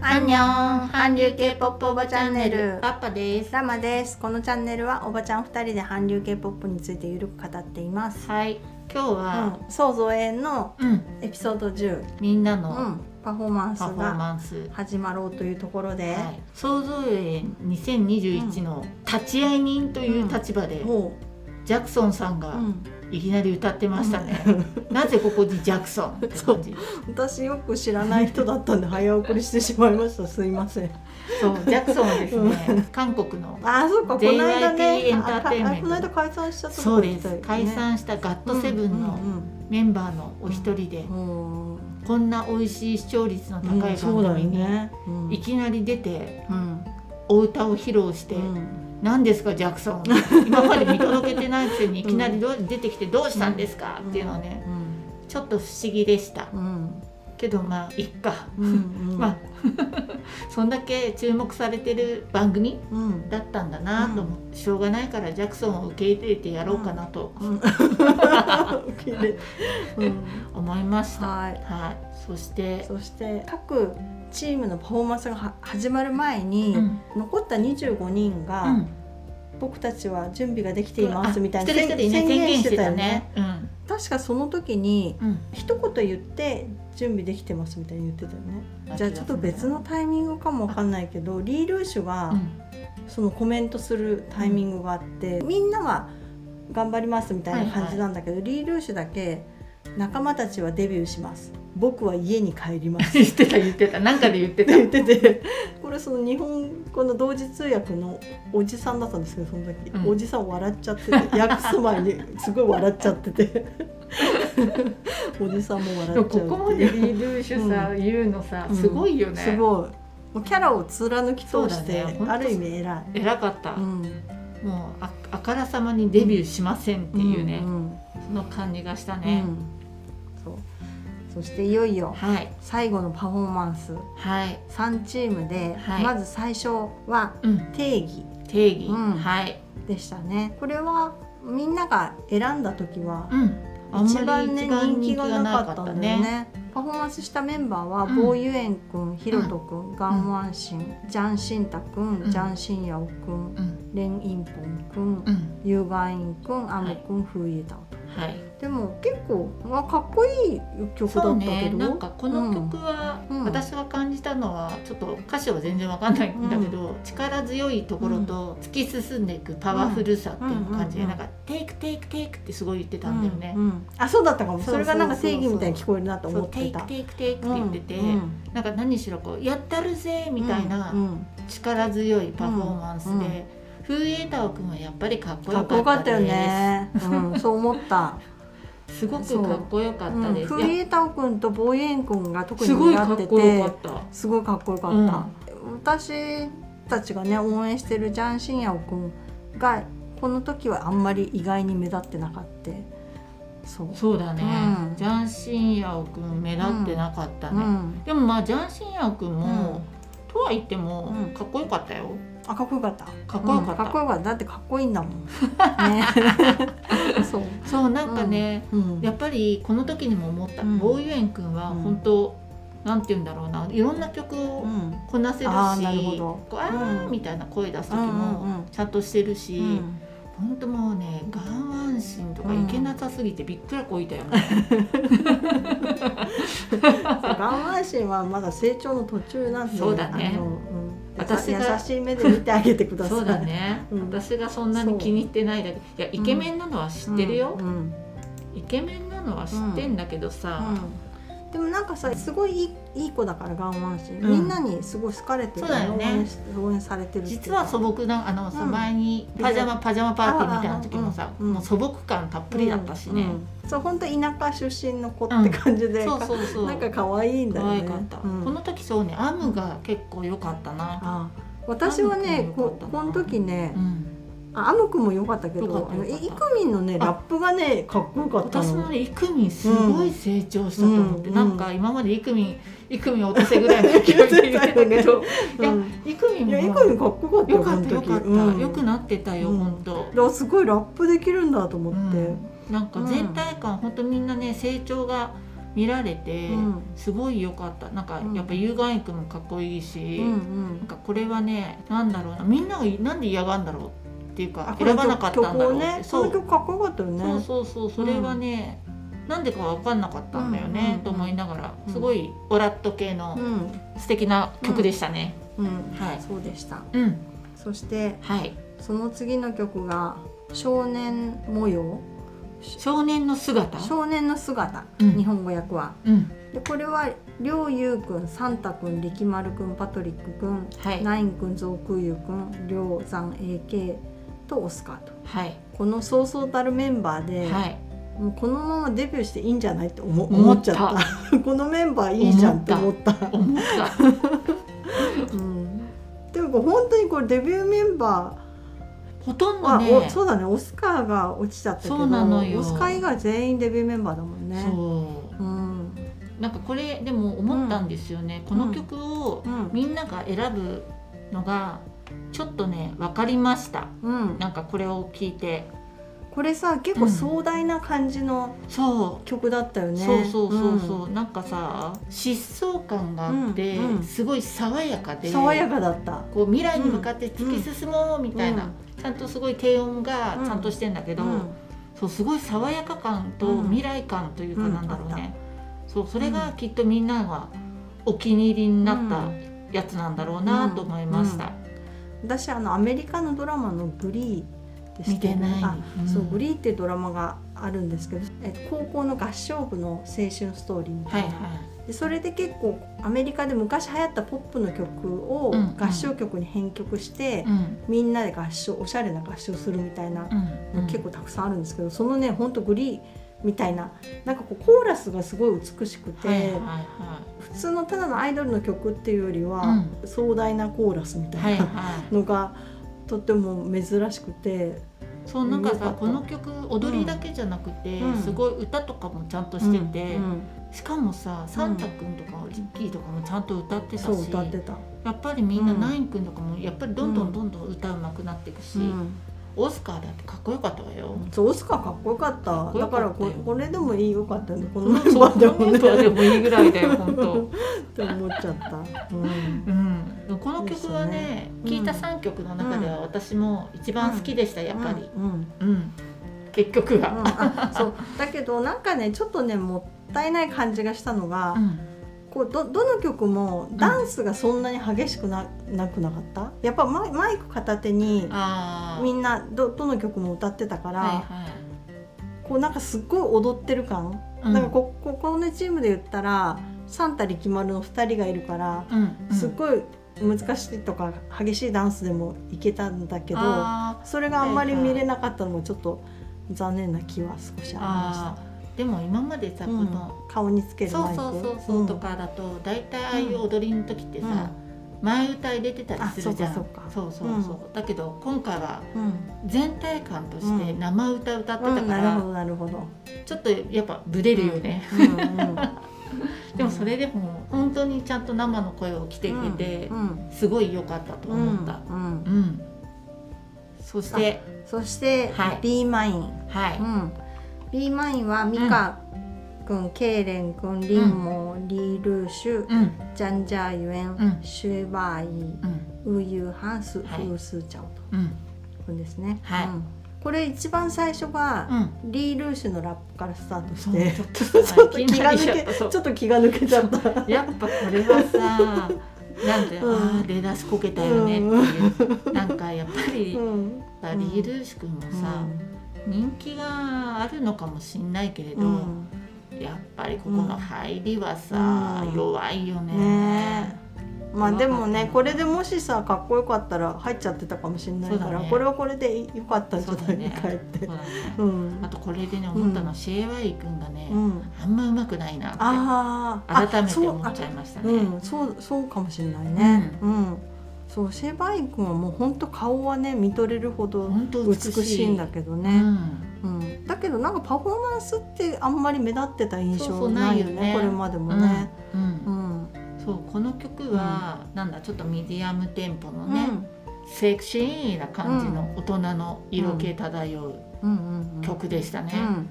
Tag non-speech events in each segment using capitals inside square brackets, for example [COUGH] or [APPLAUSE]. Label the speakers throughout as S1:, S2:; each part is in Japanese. S1: アンニョン韓流 K-POP おばチャンネル
S2: パパです
S1: ラマですこのチャンネルはおばちゃん二人で韓流 K-POP についてゆるく語っています、
S2: はい今日は、
S1: うん、創造園の
S2: うん
S1: エピソード10、
S2: みんな
S1: う
S2: の
S1: ん、パフォーマンス
S2: パフォー
S1: が
S2: マンス、
S1: 始まろうというところで、
S2: はい、創造園2021の立ち会い人という立場で、
S1: も
S2: ジャクソンさん
S1: う、
S2: が
S1: うん、
S2: いきなり歌ってましたね、 [LAUGHS] なぜここにジャクソンって感じ
S1: 私よく知らない人だったんで早送りしてしまいま
S2: [LAUGHS]
S1: したすいません
S2: そうジャクソンはですね、韓国の
S1: あそうかこの間
S2: JYP
S1: ね
S2: エンターテインメント
S1: ああこの間解散したと
S2: そう
S1: こ
S2: で
S1: 行きたい
S2: す
S1: よね
S2: 解散したガットセブンの
S1: うん
S2: メンバーのお一人で、
S1: うんうん
S2: こんな美味しい視聴率の
S1: うん
S2: 高い
S1: そうだ
S2: 番
S1: よ
S2: 組に
S1: ね、うん
S2: いきなり出て
S1: うん
S2: お歌を披露して、
S1: うん
S2: 何ですかジャクソン今まで見届けてないくせにいきなりどう出てきてどうしたんですか、っていうのはね
S1: うん
S2: ちょっと不思議でした
S1: うん
S2: けどまあいっか、
S1: うんうん
S2: まあ [LAUGHS] そんだけ注目されてる番組
S1: うん
S2: だったんだなと思って、しょうがないからジャクソンを受け入れてやろうかなと
S1: うん受け入れうん
S2: 思いました、
S1: はい
S2: はいそして
S1: そして各チームのパフォーマンスがは始まる前に、
S2: うん
S1: 残った25人が、
S2: うん
S1: 僕たちは準備ができていますみたいな
S2: あ一人一人ね宣言してたね
S1: 確かその時に
S2: うん、うん
S1: 一言言って準備できてますみたいに言ってたよねじゃあちょっと別のタイミングかもわかんないけどリー・ルーシュが
S2: うん [LAUGHS]
S1: そのコメントするタイミングがあって、みんなは頑張りますみたいな感じなんだけど、リー・ルーシュだけ仲間たちはデビューします僕は家に帰ります
S2: 言ってた言ってたなんかで言って
S1: って
S2: た
S1: 言っててこれその日本語の同時通訳のおじさんだったんですけどその時、
S2: うん
S1: おじさん笑っちゃってて
S2: [LAUGHS]
S1: 訳す前にすごい笑っちゃってておじさんも笑っちゃ
S2: で
S1: う
S2: もここ
S1: って
S2: ま
S1: い
S2: で
S1: う
S2: リー・ルーシュさ、言うのさすごいよね、
S1: すごいもうキャラを貫き通して、
S2: そうだね本当
S1: ある意味偉い。
S2: 偉かった、
S1: うん
S2: もうああからさまにデビューしませんっていうね、
S1: んん
S2: その感じがしたね
S1: う、ん、そうそしていよいよ
S2: はい
S1: 最後のパフォーマンス
S2: はい、
S1: 3チームで、
S2: はい
S1: まず最初は
S2: うん、
S1: 定義
S2: 定義、
S1: うん
S2: はい、
S1: でしたねこれはみんなが選んだ時は
S2: うん、あん
S1: 一
S2: まり
S1: 番ね
S2: 一番
S1: 人気
S2: 人気
S1: がな
S2: がな
S1: か
S2: か
S1: っ
S2: ったた
S1: んだよね
S2: ね
S1: パフォーマンスしたメンバーは、
S2: うん
S1: ボウユエンくん、ヒロトくん、ガンワンシン、ジャンシンタくん、
S2: うん
S1: ジャンシンヤオくん、
S2: うん
S1: レンインポンくん、
S2: うん
S1: ユーガインくん、アムくん、フーイエタオと
S2: はい
S1: でも結構まあかっこいい曲だ
S2: そ
S1: っ
S2: う
S1: たけ
S2: ね
S1: ど、
S2: なんかこの曲は、
S1: うん
S2: 私が感じたのはちょっと歌詞は全然わかんないんだけど、力強いところと突き進んでいくパワフルさっていうのを感じで、
S1: うんうんうん
S2: なんか「テイクテイクテイク」ってすごい言ってたんだよね。
S1: うんうんあそうだったかも
S2: そう
S1: そ
S2: そう
S1: れがなんか正義みたいに聞こえるなと
S2: そ
S1: 思
S2: う
S1: っ
S2: テ
S1: て
S2: イク
S1: た。
S2: テイクテイクって言ってて、
S1: うんうん
S2: なんか何しろこうやったるぜみたいな
S1: うんうん
S2: 力強いパフォーマンスで、
S1: うんうん
S2: フーエータオ君はやっぱりかっこ
S1: か
S2: よ
S1: っこよか
S2: かっ
S1: った
S2: た
S1: よ
S2: です
S1: ね。
S2: [LAUGHS]
S1: うん、そう思った。
S2: すごくかっこよかった
S1: う
S2: で
S1: ん
S2: す、
S1: フ
S2: いや
S1: リエタオ君とボーイエン君が特に
S2: すごい
S1: 目
S2: かっ
S1: 立って
S2: こよか
S1: て
S2: った、
S1: すごいかっこよかった。私たちがね応援してるジャンシンヤオ君がこの時はあんまり意外に目立ってなかった。そう。
S2: そうだね、
S1: うん
S2: ジャン・シンヤオ君目立ってなかった
S1: う
S2: ね、
S1: ん。
S2: でもまあジャン・シンヤオ君も、とは言っても、
S1: うん
S2: かっこよかったよ
S1: あかっこよかった。か
S2: かっこよかった、
S1: かっこよかった。だってかっこいいんだ
S2: [LAUGHS]
S1: もん。ね。そう。
S2: そうなんかね、
S1: うん
S2: やっぱりこの時にも思った、
S1: うん
S2: ボーイユエン君は
S1: うん
S2: 本当、なんて言うんだろうないろんな曲を
S1: うん。
S2: こなせるし、
S1: あーなるほど
S2: こうあー
S1: うん
S2: みたいな声出す時
S1: うんうんう
S2: も
S1: ん
S2: ちゃんとしてるし、
S1: うん
S2: 本当もうねガンワンシンとかいけなさすぎてびっくらこいたよね、
S1: ガンワンシンはまだ成長の途中なんで
S2: そうだね
S1: あのうん
S2: 私が
S1: 優しい目で見てあげてください
S2: そうだね、
S1: うん
S2: 私がそんなに気に入ってないだけいやイケメンなのは知ってるよ、
S1: うんうん
S2: イケメンなのは知ってんだけどさ、
S1: うんでもなんかさすごいいいいい子だからガンワンシン、
S2: うん
S1: みんなにすごい好かれてる
S2: そうだよね
S1: 応援し応援されてるっていうか
S2: 実は素朴なあの、さ
S1: うん
S2: 前にパジャマパジャマパーティーみたいな時もさ、
S1: うんうん
S2: もう素朴感たっぷりだったしね、
S1: うんうんそう本当田舎出身の子って感じで、
S2: そうそうそう
S1: なんか可愛いんだよ
S2: 可
S1: ね
S2: 愛かった、
S1: うん
S2: この時そうねアムが結構良かったな、
S1: あ私はね
S2: アム君も良か
S1: こ
S2: ったな
S1: この時ね、
S2: うん、
S1: あアム君も良かったけ
S2: 良か
S1: ど
S2: った
S1: あの
S2: 良かった
S1: イクミンのねラップがねかっこよかったの
S2: 私もねイクミンすごい成長したと思って、
S1: うん
S2: なんか今までイクミンイクミン落とせぐらいの勢いで言ってたけど、いや
S1: うん
S2: イクミン
S1: い
S2: も
S1: や、イクミンかっこよかった
S2: よ
S1: よ、
S2: か
S1: あ
S2: っ
S1: の
S2: たよ
S1: 時
S2: かった、
S1: うん、
S2: よくなってたよ、
S1: うん
S2: ほんと、
S1: だからすごいラップできるんだと思
S2: う
S1: って。
S2: ん、なんか全体感、ほんとみんなね成長が見られて、
S1: うん
S2: すごい良かったなんか
S1: うん
S2: やっぱ有眼育もかっこいいし、
S1: うんう
S2: なん
S1: ん
S2: かこれはねなんだろうなみんながなんで嫌がるんだろうっていうか
S1: これ
S2: 選ばなかったんだろ
S1: 曲
S2: うっ
S1: を
S2: て、
S1: ね
S2: そ
S1: そうの曲かっこよかったよね
S2: そうそうそうそれはね、なんでか分かんなかったんだよ
S1: うんうん
S2: ね、
S1: うん
S2: と思いながら
S1: うん
S2: すごいオラット系の素敵な曲でしたね。
S1: うん、うん
S2: はい
S1: そうでした
S2: うん、
S1: そして
S2: はい
S1: その次の曲が「少年模様
S2: 少年の姿」
S1: 少年の姿、
S2: うん
S1: 日本語訳は
S2: うん
S1: でこれはりょうゆうくんサンタくん力丸くんパトリックくん
S2: はい
S1: ナインくんゾウクイユくんりょうざん AK とオスカーと
S2: はい
S1: このそうそうたるメンバーで、
S2: はい
S1: もうこのままデビューしていいんじゃないって思
S2: 思
S1: 思
S2: っ
S1: っち
S2: た
S1: ゃった [LAUGHS] このメンバーいいじゃんって思った
S2: 思った。
S1: [LAUGHS] うん、でもこう本当にこれデビューメンバ
S2: ほとん
S1: ーは、
S2: どね
S1: おそうだねオスカーが落ちちゃったけど
S2: そうなのよ
S1: オスカー以外全員デビューメンバーだもんね。
S2: そう
S1: うん
S2: なんかこれでも思ったんですよね、この曲を
S1: うん
S2: みんなが選ぶのがちょっとね分かりました
S1: うん、
S2: なんかこれを聞いて
S1: これさ結構壮大な感じの
S2: そ
S1: 曲だったよ
S2: う、
S1: ね。
S2: そうそうそうそう、なんかさ疾走感があって、
S1: うんうん
S2: すごい爽やか
S1: うん
S2: で
S1: 爽やかだった。
S2: こう未来に向かって突き進もうみたいな、
S1: うん
S2: ちゃんとすごい低音がちゃんとしてんだけど、そうすごい爽やか感と
S1: うん
S2: 未来感というか
S1: うん
S2: なんだろうね、そうそれがきっとみんながお気に入りになったやつなんだろうなと思いました、
S1: 私あのアメリカのドラマの「グリー」です
S2: 見てない、
S1: あ
S2: ん
S1: そう「グリー」っていうドラマがあるんですけどえ高校の合唱部の青春ストーリーみた
S2: はいい
S1: な、
S2: はい
S1: でそれで結構アメリカで昔流行ったポップの曲を
S2: うん
S1: 合唱曲に編曲して、
S2: うん
S1: みんなで合唱おしゃれな合唱するみたいな、
S2: うんうん
S1: 結構たくさんあるんですけどそのねほんとグリーみたいななんかこうコーラスがすごい美しくて、
S2: はいはいは
S1: 普通のただのアイドルの曲っていうよりは、
S2: う
S1: 壮大なコーラスみ
S2: いは
S1: た
S2: い
S1: いな
S2: はい
S1: のが、とっても珍しくて、
S2: そうなんか
S1: よか
S2: さ
S1: った
S2: この曲踊りだけじゃなくて、
S1: うん
S2: すごい歌とかもちゃんとしてて、
S1: うんうん
S2: しかもさサンタくんとかリッキーとかもちゃんと歌ってたし、
S1: そう歌ってた、
S2: やっぱりみんな、
S1: うん
S2: ナインくんとかもやっぱりどんど
S1: うん
S2: んどんどん歌うまくなっていくし、
S1: うん
S2: オスカーだってかっこよかったわよ。
S1: そうオスカーかっこよかった
S2: かっこよ
S1: だ
S2: かった
S1: から
S2: よ
S1: ここれでもいいよかったよねこの
S2: [LAUGHS] そ
S1: メ
S2: の
S1: ンバーで
S2: で
S1: も
S2: も
S1: ね
S2: でもいいぐらいだよ本当。
S1: [LAUGHS] って思っちゃった、うん
S2: うん、この曲はね
S1: ですね
S2: 聞いた3曲の中では私も一番好きでした、やっぱり、
S1: うんうん
S2: うん結局は、
S1: あそうだけどなんかねちょっとねもったいない感じがしたのが、
S2: うん
S1: こうどどの曲もダンスがそんなに激しくななくなかったやっぱマイマイク片手に
S2: ああ
S1: みんなどどの曲も歌ってたから、
S2: はいはい
S1: こうなんかすっごい踊ってる感、
S2: うん
S1: なんかこここのチームで言ったらサンタ力丸の2人がいるから、
S2: うんうん
S1: すっごい難しいとか激しいダンスでもいけたんだけど。
S2: あー
S1: それがあんまり見れなかったのもちょっと残念な気は少しあ
S2: あーでも今までさ、
S1: りまし
S2: こ
S1: た。
S2: の
S1: うん、顔につける
S2: そ
S1: マ
S2: う
S1: イク
S2: そうそうそうとかだと大体ああいう踊りの時って
S1: う
S2: さ、
S1: ん
S2: 前歌入れてたりするじゃん
S1: あそうか
S2: そうそうそうだけど今回は
S1: うんうん
S2: 全体感として
S1: うん
S2: 生歌歌って
S1: うん
S2: たか
S1: なる
S2: ら、
S1: ほどなるほど、
S2: ちょっとや [LAUGHS] っぱブレるよね、
S1: うんうん、
S2: でもそれでも本当にちゃんと生の声を聞
S1: で
S2: いてて
S1: うんうん
S2: すごい良かったと思った
S1: うん
S2: うん、そして
S1: そして、
S2: はい
S1: B マイン、
S2: はい、
S1: うん、B マインはミカくん、ケイレンくんリンモーリールーシュ、
S2: うん
S1: ジャンジャーユエン、
S2: うん
S1: シュエバーイ
S2: うん
S1: ウユハンス、
S2: はい
S1: ウースーチャオと
S2: うん
S1: くんですね、
S2: はい
S1: うんこれ一番最初が、
S2: うん
S1: リー・ルーシュのラップからスタートし
S2: そう
S1: て
S2: ちょっと
S1: ちょ
S2: さ
S1: っと
S2: い
S1: 気
S2: きな
S1: が
S2: り
S1: 抜
S2: やっ
S1: け
S2: ぱ
S1: ち
S2: そ
S1: ょ
S2: う
S1: っと気が抜けちゃった。
S2: やっぱこれはさなんて、
S1: うん
S2: あー出だしこけたよねっていう、なんかやっぱ
S1: ん、
S2: り、やっぱリールーシュ君もさ、人気があるのかもしんないけれど、
S1: うん
S2: やっぱりここの入りはさ、
S1: うん
S2: 弱いよね
S1: ねまあでも
S2: よかった
S1: ね
S2: な
S1: これでもしさかっこよかったら入っちゃってたかもしれないか
S2: そう
S1: ら、
S2: だね
S1: これはこれでよかったんじゃ
S2: そう
S1: な
S2: だ
S1: い
S2: ね
S1: かえって
S2: そう。だね
S1: うん
S2: あとこれでね思ったのは、シェーワイ君がね、
S1: うん、
S2: あんま上手くないなって
S1: あーあ
S2: 改めて
S1: そう
S2: 思っちゃいました
S1: あう
S2: ね。
S1: ん、そうそうかもしれないね。うん、そうシェバイ君はもう本当顔はね見とれるほど
S2: 本当
S1: 美しいんだけどね。
S2: うん
S1: うん、だけどなんかパフォーマンスってあんまり目立ってた印
S2: そうそ
S1: 象
S2: う
S1: ないよね
S2: ないよね
S1: これまでもね。
S2: うん
S1: うん
S2: そうこの曲は、なんだちょっとミディアムテンポの
S1: う
S2: ね、
S1: ん
S2: セクシーな感じの大人の色気漂う
S1: うんうんうん
S2: 曲でしたね。
S1: うん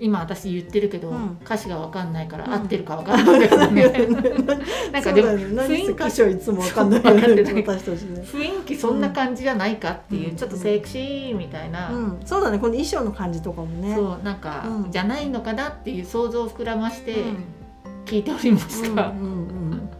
S2: 今私言ってるけど、
S1: うん
S2: 歌詞が分かんないから、
S1: うん
S2: 合ってるか分かんない
S1: [LAUGHS]
S2: ですよねなんかでも
S1: そうだよね、
S2: 雰囲気
S1: 何箇所いつも分かんないよ
S2: そう分か
S1: ね
S2: んない
S1: 私たちね、
S2: 雰囲気そんな感じじゃないかっていう、
S1: うん
S2: ちょっとセクシーみたいな、
S1: うん、そうだねこの衣装の感じとかもね
S2: そうなんか、
S1: うん
S2: じゃないのかなっていう想像を膨らまして
S1: うん
S2: 聞いておりました、
S1: うんうんうん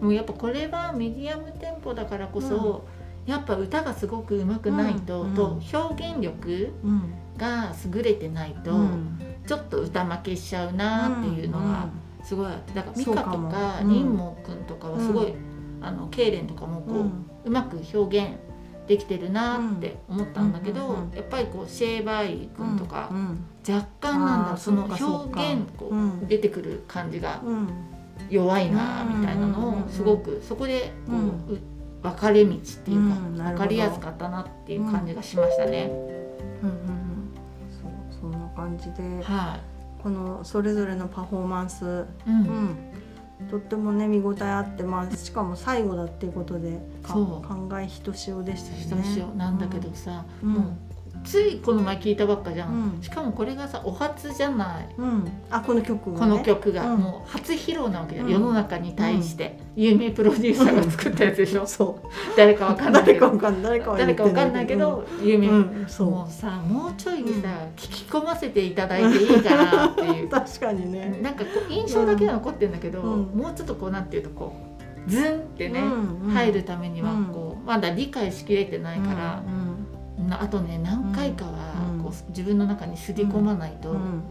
S2: もうやっぱこれはミディアムテンポだからこそ、やっぱ歌がすごく上手くないと、
S1: うん
S2: と表現力
S1: うん
S2: が優れてないと、
S1: うん
S2: ちょっと歌負けしちゃうなっていうのがすごいあってだからミ
S1: そ
S2: カ
S1: う
S2: と
S1: かも
S2: か
S1: うん
S2: リンモくんとかはすごい、あのケイレンとかもこ
S1: う
S2: う、
S1: ん
S2: う
S1: うん
S2: まく表現できてるなって思ったんだけ
S1: う
S2: ど、
S1: んうんうんうん
S2: やっぱりこうシェーバーイくんとか
S1: う、ん
S2: 若干なんだ
S1: あー
S2: その
S1: そうかそ
S2: 表
S1: うか
S2: 現こう、
S1: うん
S2: 出てくる感じが
S1: うん
S2: 弱いなみたいな
S1: うんうん
S2: の
S1: うんう
S2: を
S1: ん
S2: すごくそこでこう、
S1: う
S2: う分かれ道っていうか、
S1: うんなるほど
S2: 分かりやすかったなっていう感じがしましたね。
S1: うんうんそうそんな感じで
S2: は
S1: このそれぞれのパフォーマンス、
S2: い、うん
S1: うん、とってもね見応えあって、まあ、しかも最後だっていうことでか
S2: そう
S1: 感慨ひとしおでした
S2: 人
S1: よね。
S2: しおなんだけどさ、
S1: うん
S2: もうついこの前聞いたばっかじゃん、
S1: うん
S2: しかもこれがさお初じゃない
S1: うん、あこの曲が、ね、
S2: この曲が、
S1: うん
S2: もう初披露なわけじゃん、
S1: うん
S2: 世の中に対して有名プロデューサーが作ったやつでしょ、
S1: そう
S2: 誰かわかんないけ
S1: 誰か
S2: ど
S1: わかんない誰かは言
S2: 誰
S1: って
S2: かわかんないけど、有
S1: う
S2: 名、
S1: ん、うん
S2: も
S1: そう
S2: さもうちょいさ、聞き込ませていただいていいかなっていう
S1: [LAUGHS] う確かにね。
S2: なんかこう印象だけは残ってるんだけど、
S1: うん
S2: もうちょっとこうなんていうとこうズンってね、
S1: うんうん
S2: 入るためにはこう、まだ理解しきれてないから
S1: う、ん
S2: なあとね何回かは
S1: うん
S2: こう自分の中にすり込まないと
S1: うん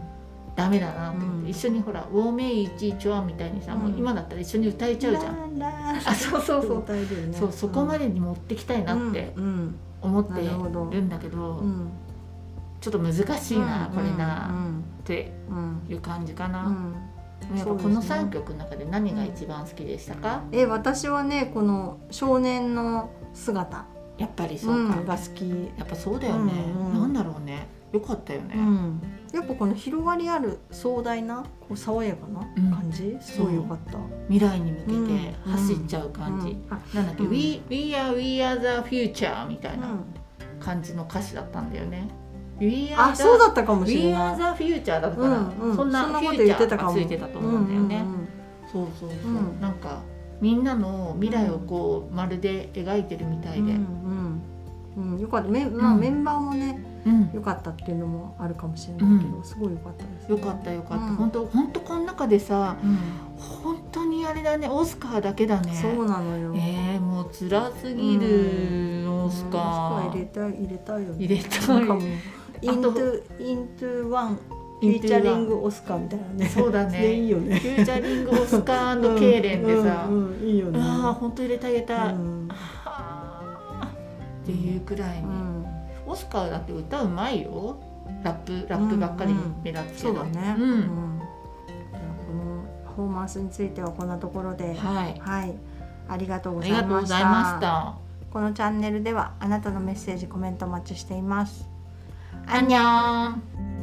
S2: ダメだなって思って、
S1: うん
S2: 一緒にほら「ウォーメイイチイチョアン」みたいにさ、
S1: うん
S2: もう今だったら一緒に歌えちゃうじゃん。
S1: ラララ
S2: あそうそうそう
S1: 歌えるよね
S2: そうそこまでに持ってきたいなって
S1: うんうん
S2: 思っ
S1: なるほど
S2: てるんだけど、
S1: うん
S2: ちょっと難しいな、
S1: うん
S2: これな、って
S1: うん
S2: いう感じか
S1: う
S2: な、
S1: ん
S2: やっぱ
S1: そうです
S2: こ
S1: ね
S2: の3曲の中で何が一番好きでしたか、
S1: え私はねこの少年の姿
S2: やっぱりそうか、
S1: んが好き、
S2: やっぱそうだよね、
S1: うんうん
S2: なんだろうねよかったよね、
S1: うん、やっぱこの広がりある壮大なこう爽やかな
S2: うん
S1: 感じ、すごい良かった
S2: 未来に向けて
S1: うん
S2: 走っちゃう感
S1: う
S2: じ、
S1: んあ
S2: なんだっけ、
S1: うん
S2: We, We are We are the future みたい
S1: うん
S2: な感じの歌詞だったんだよね。We
S1: あ
S2: are
S1: そうだったかもし
S2: We
S1: れ
S2: are
S1: ない
S2: the future だったから、
S1: うんうん
S2: そんな
S1: そん
S2: フ
S1: なこ
S2: ュ
S1: と
S2: ー
S1: 言
S2: チ
S1: って
S2: ャー
S1: たか
S2: が
S1: も
S2: ついてたと思うんだよね。
S1: うんうん
S2: そうそうそう、
S1: うん
S2: なんかみんなの未来をこうまるで描いてるみたいで、
S1: うんうんうんよかったメ,、まあ
S2: うん
S1: メンバーもね
S2: うん
S1: 良かったっていうのもあるかもしれないけど、
S2: う
S1: すごい良かったです、
S2: よかったよかった、
S1: うん
S2: 本当本当この中でさ
S1: うん
S2: 本当にあれだねオスカーだけだね。
S1: そうなのよ、
S2: えー、もう辛すぎる、オス
S1: うんオスカ
S2: カ
S1: ー入れ
S2: ー
S1: たい入れたいよね
S2: 入れ
S1: な
S2: た
S1: んか
S2: い
S1: もうイ
S2: あ
S1: ン
S2: と
S1: トゥイントゥワンフューチャリングオスカーみたいなね
S2: そうだね
S1: それいいよね
S2: フューチャリングオスカーケイレンでさ、
S1: うんうんうんいいよね
S2: ああ本当入れてあげたい、
S1: うん
S2: はーっていうくらいに、オスカーだって歌うまいよラップラップばっかり目立つけ
S1: そう
S2: ど、
S1: だね、
S2: うん
S1: んじゃあこのパフォーマンスについてはこんなところでは
S2: はい
S1: いありがとうご
S2: あ
S1: ざ
S2: り
S1: いま
S2: が
S1: した
S2: とうございました
S1: このチャンネルではあなたのメッセージコメントお待ちしています
S2: アンニョン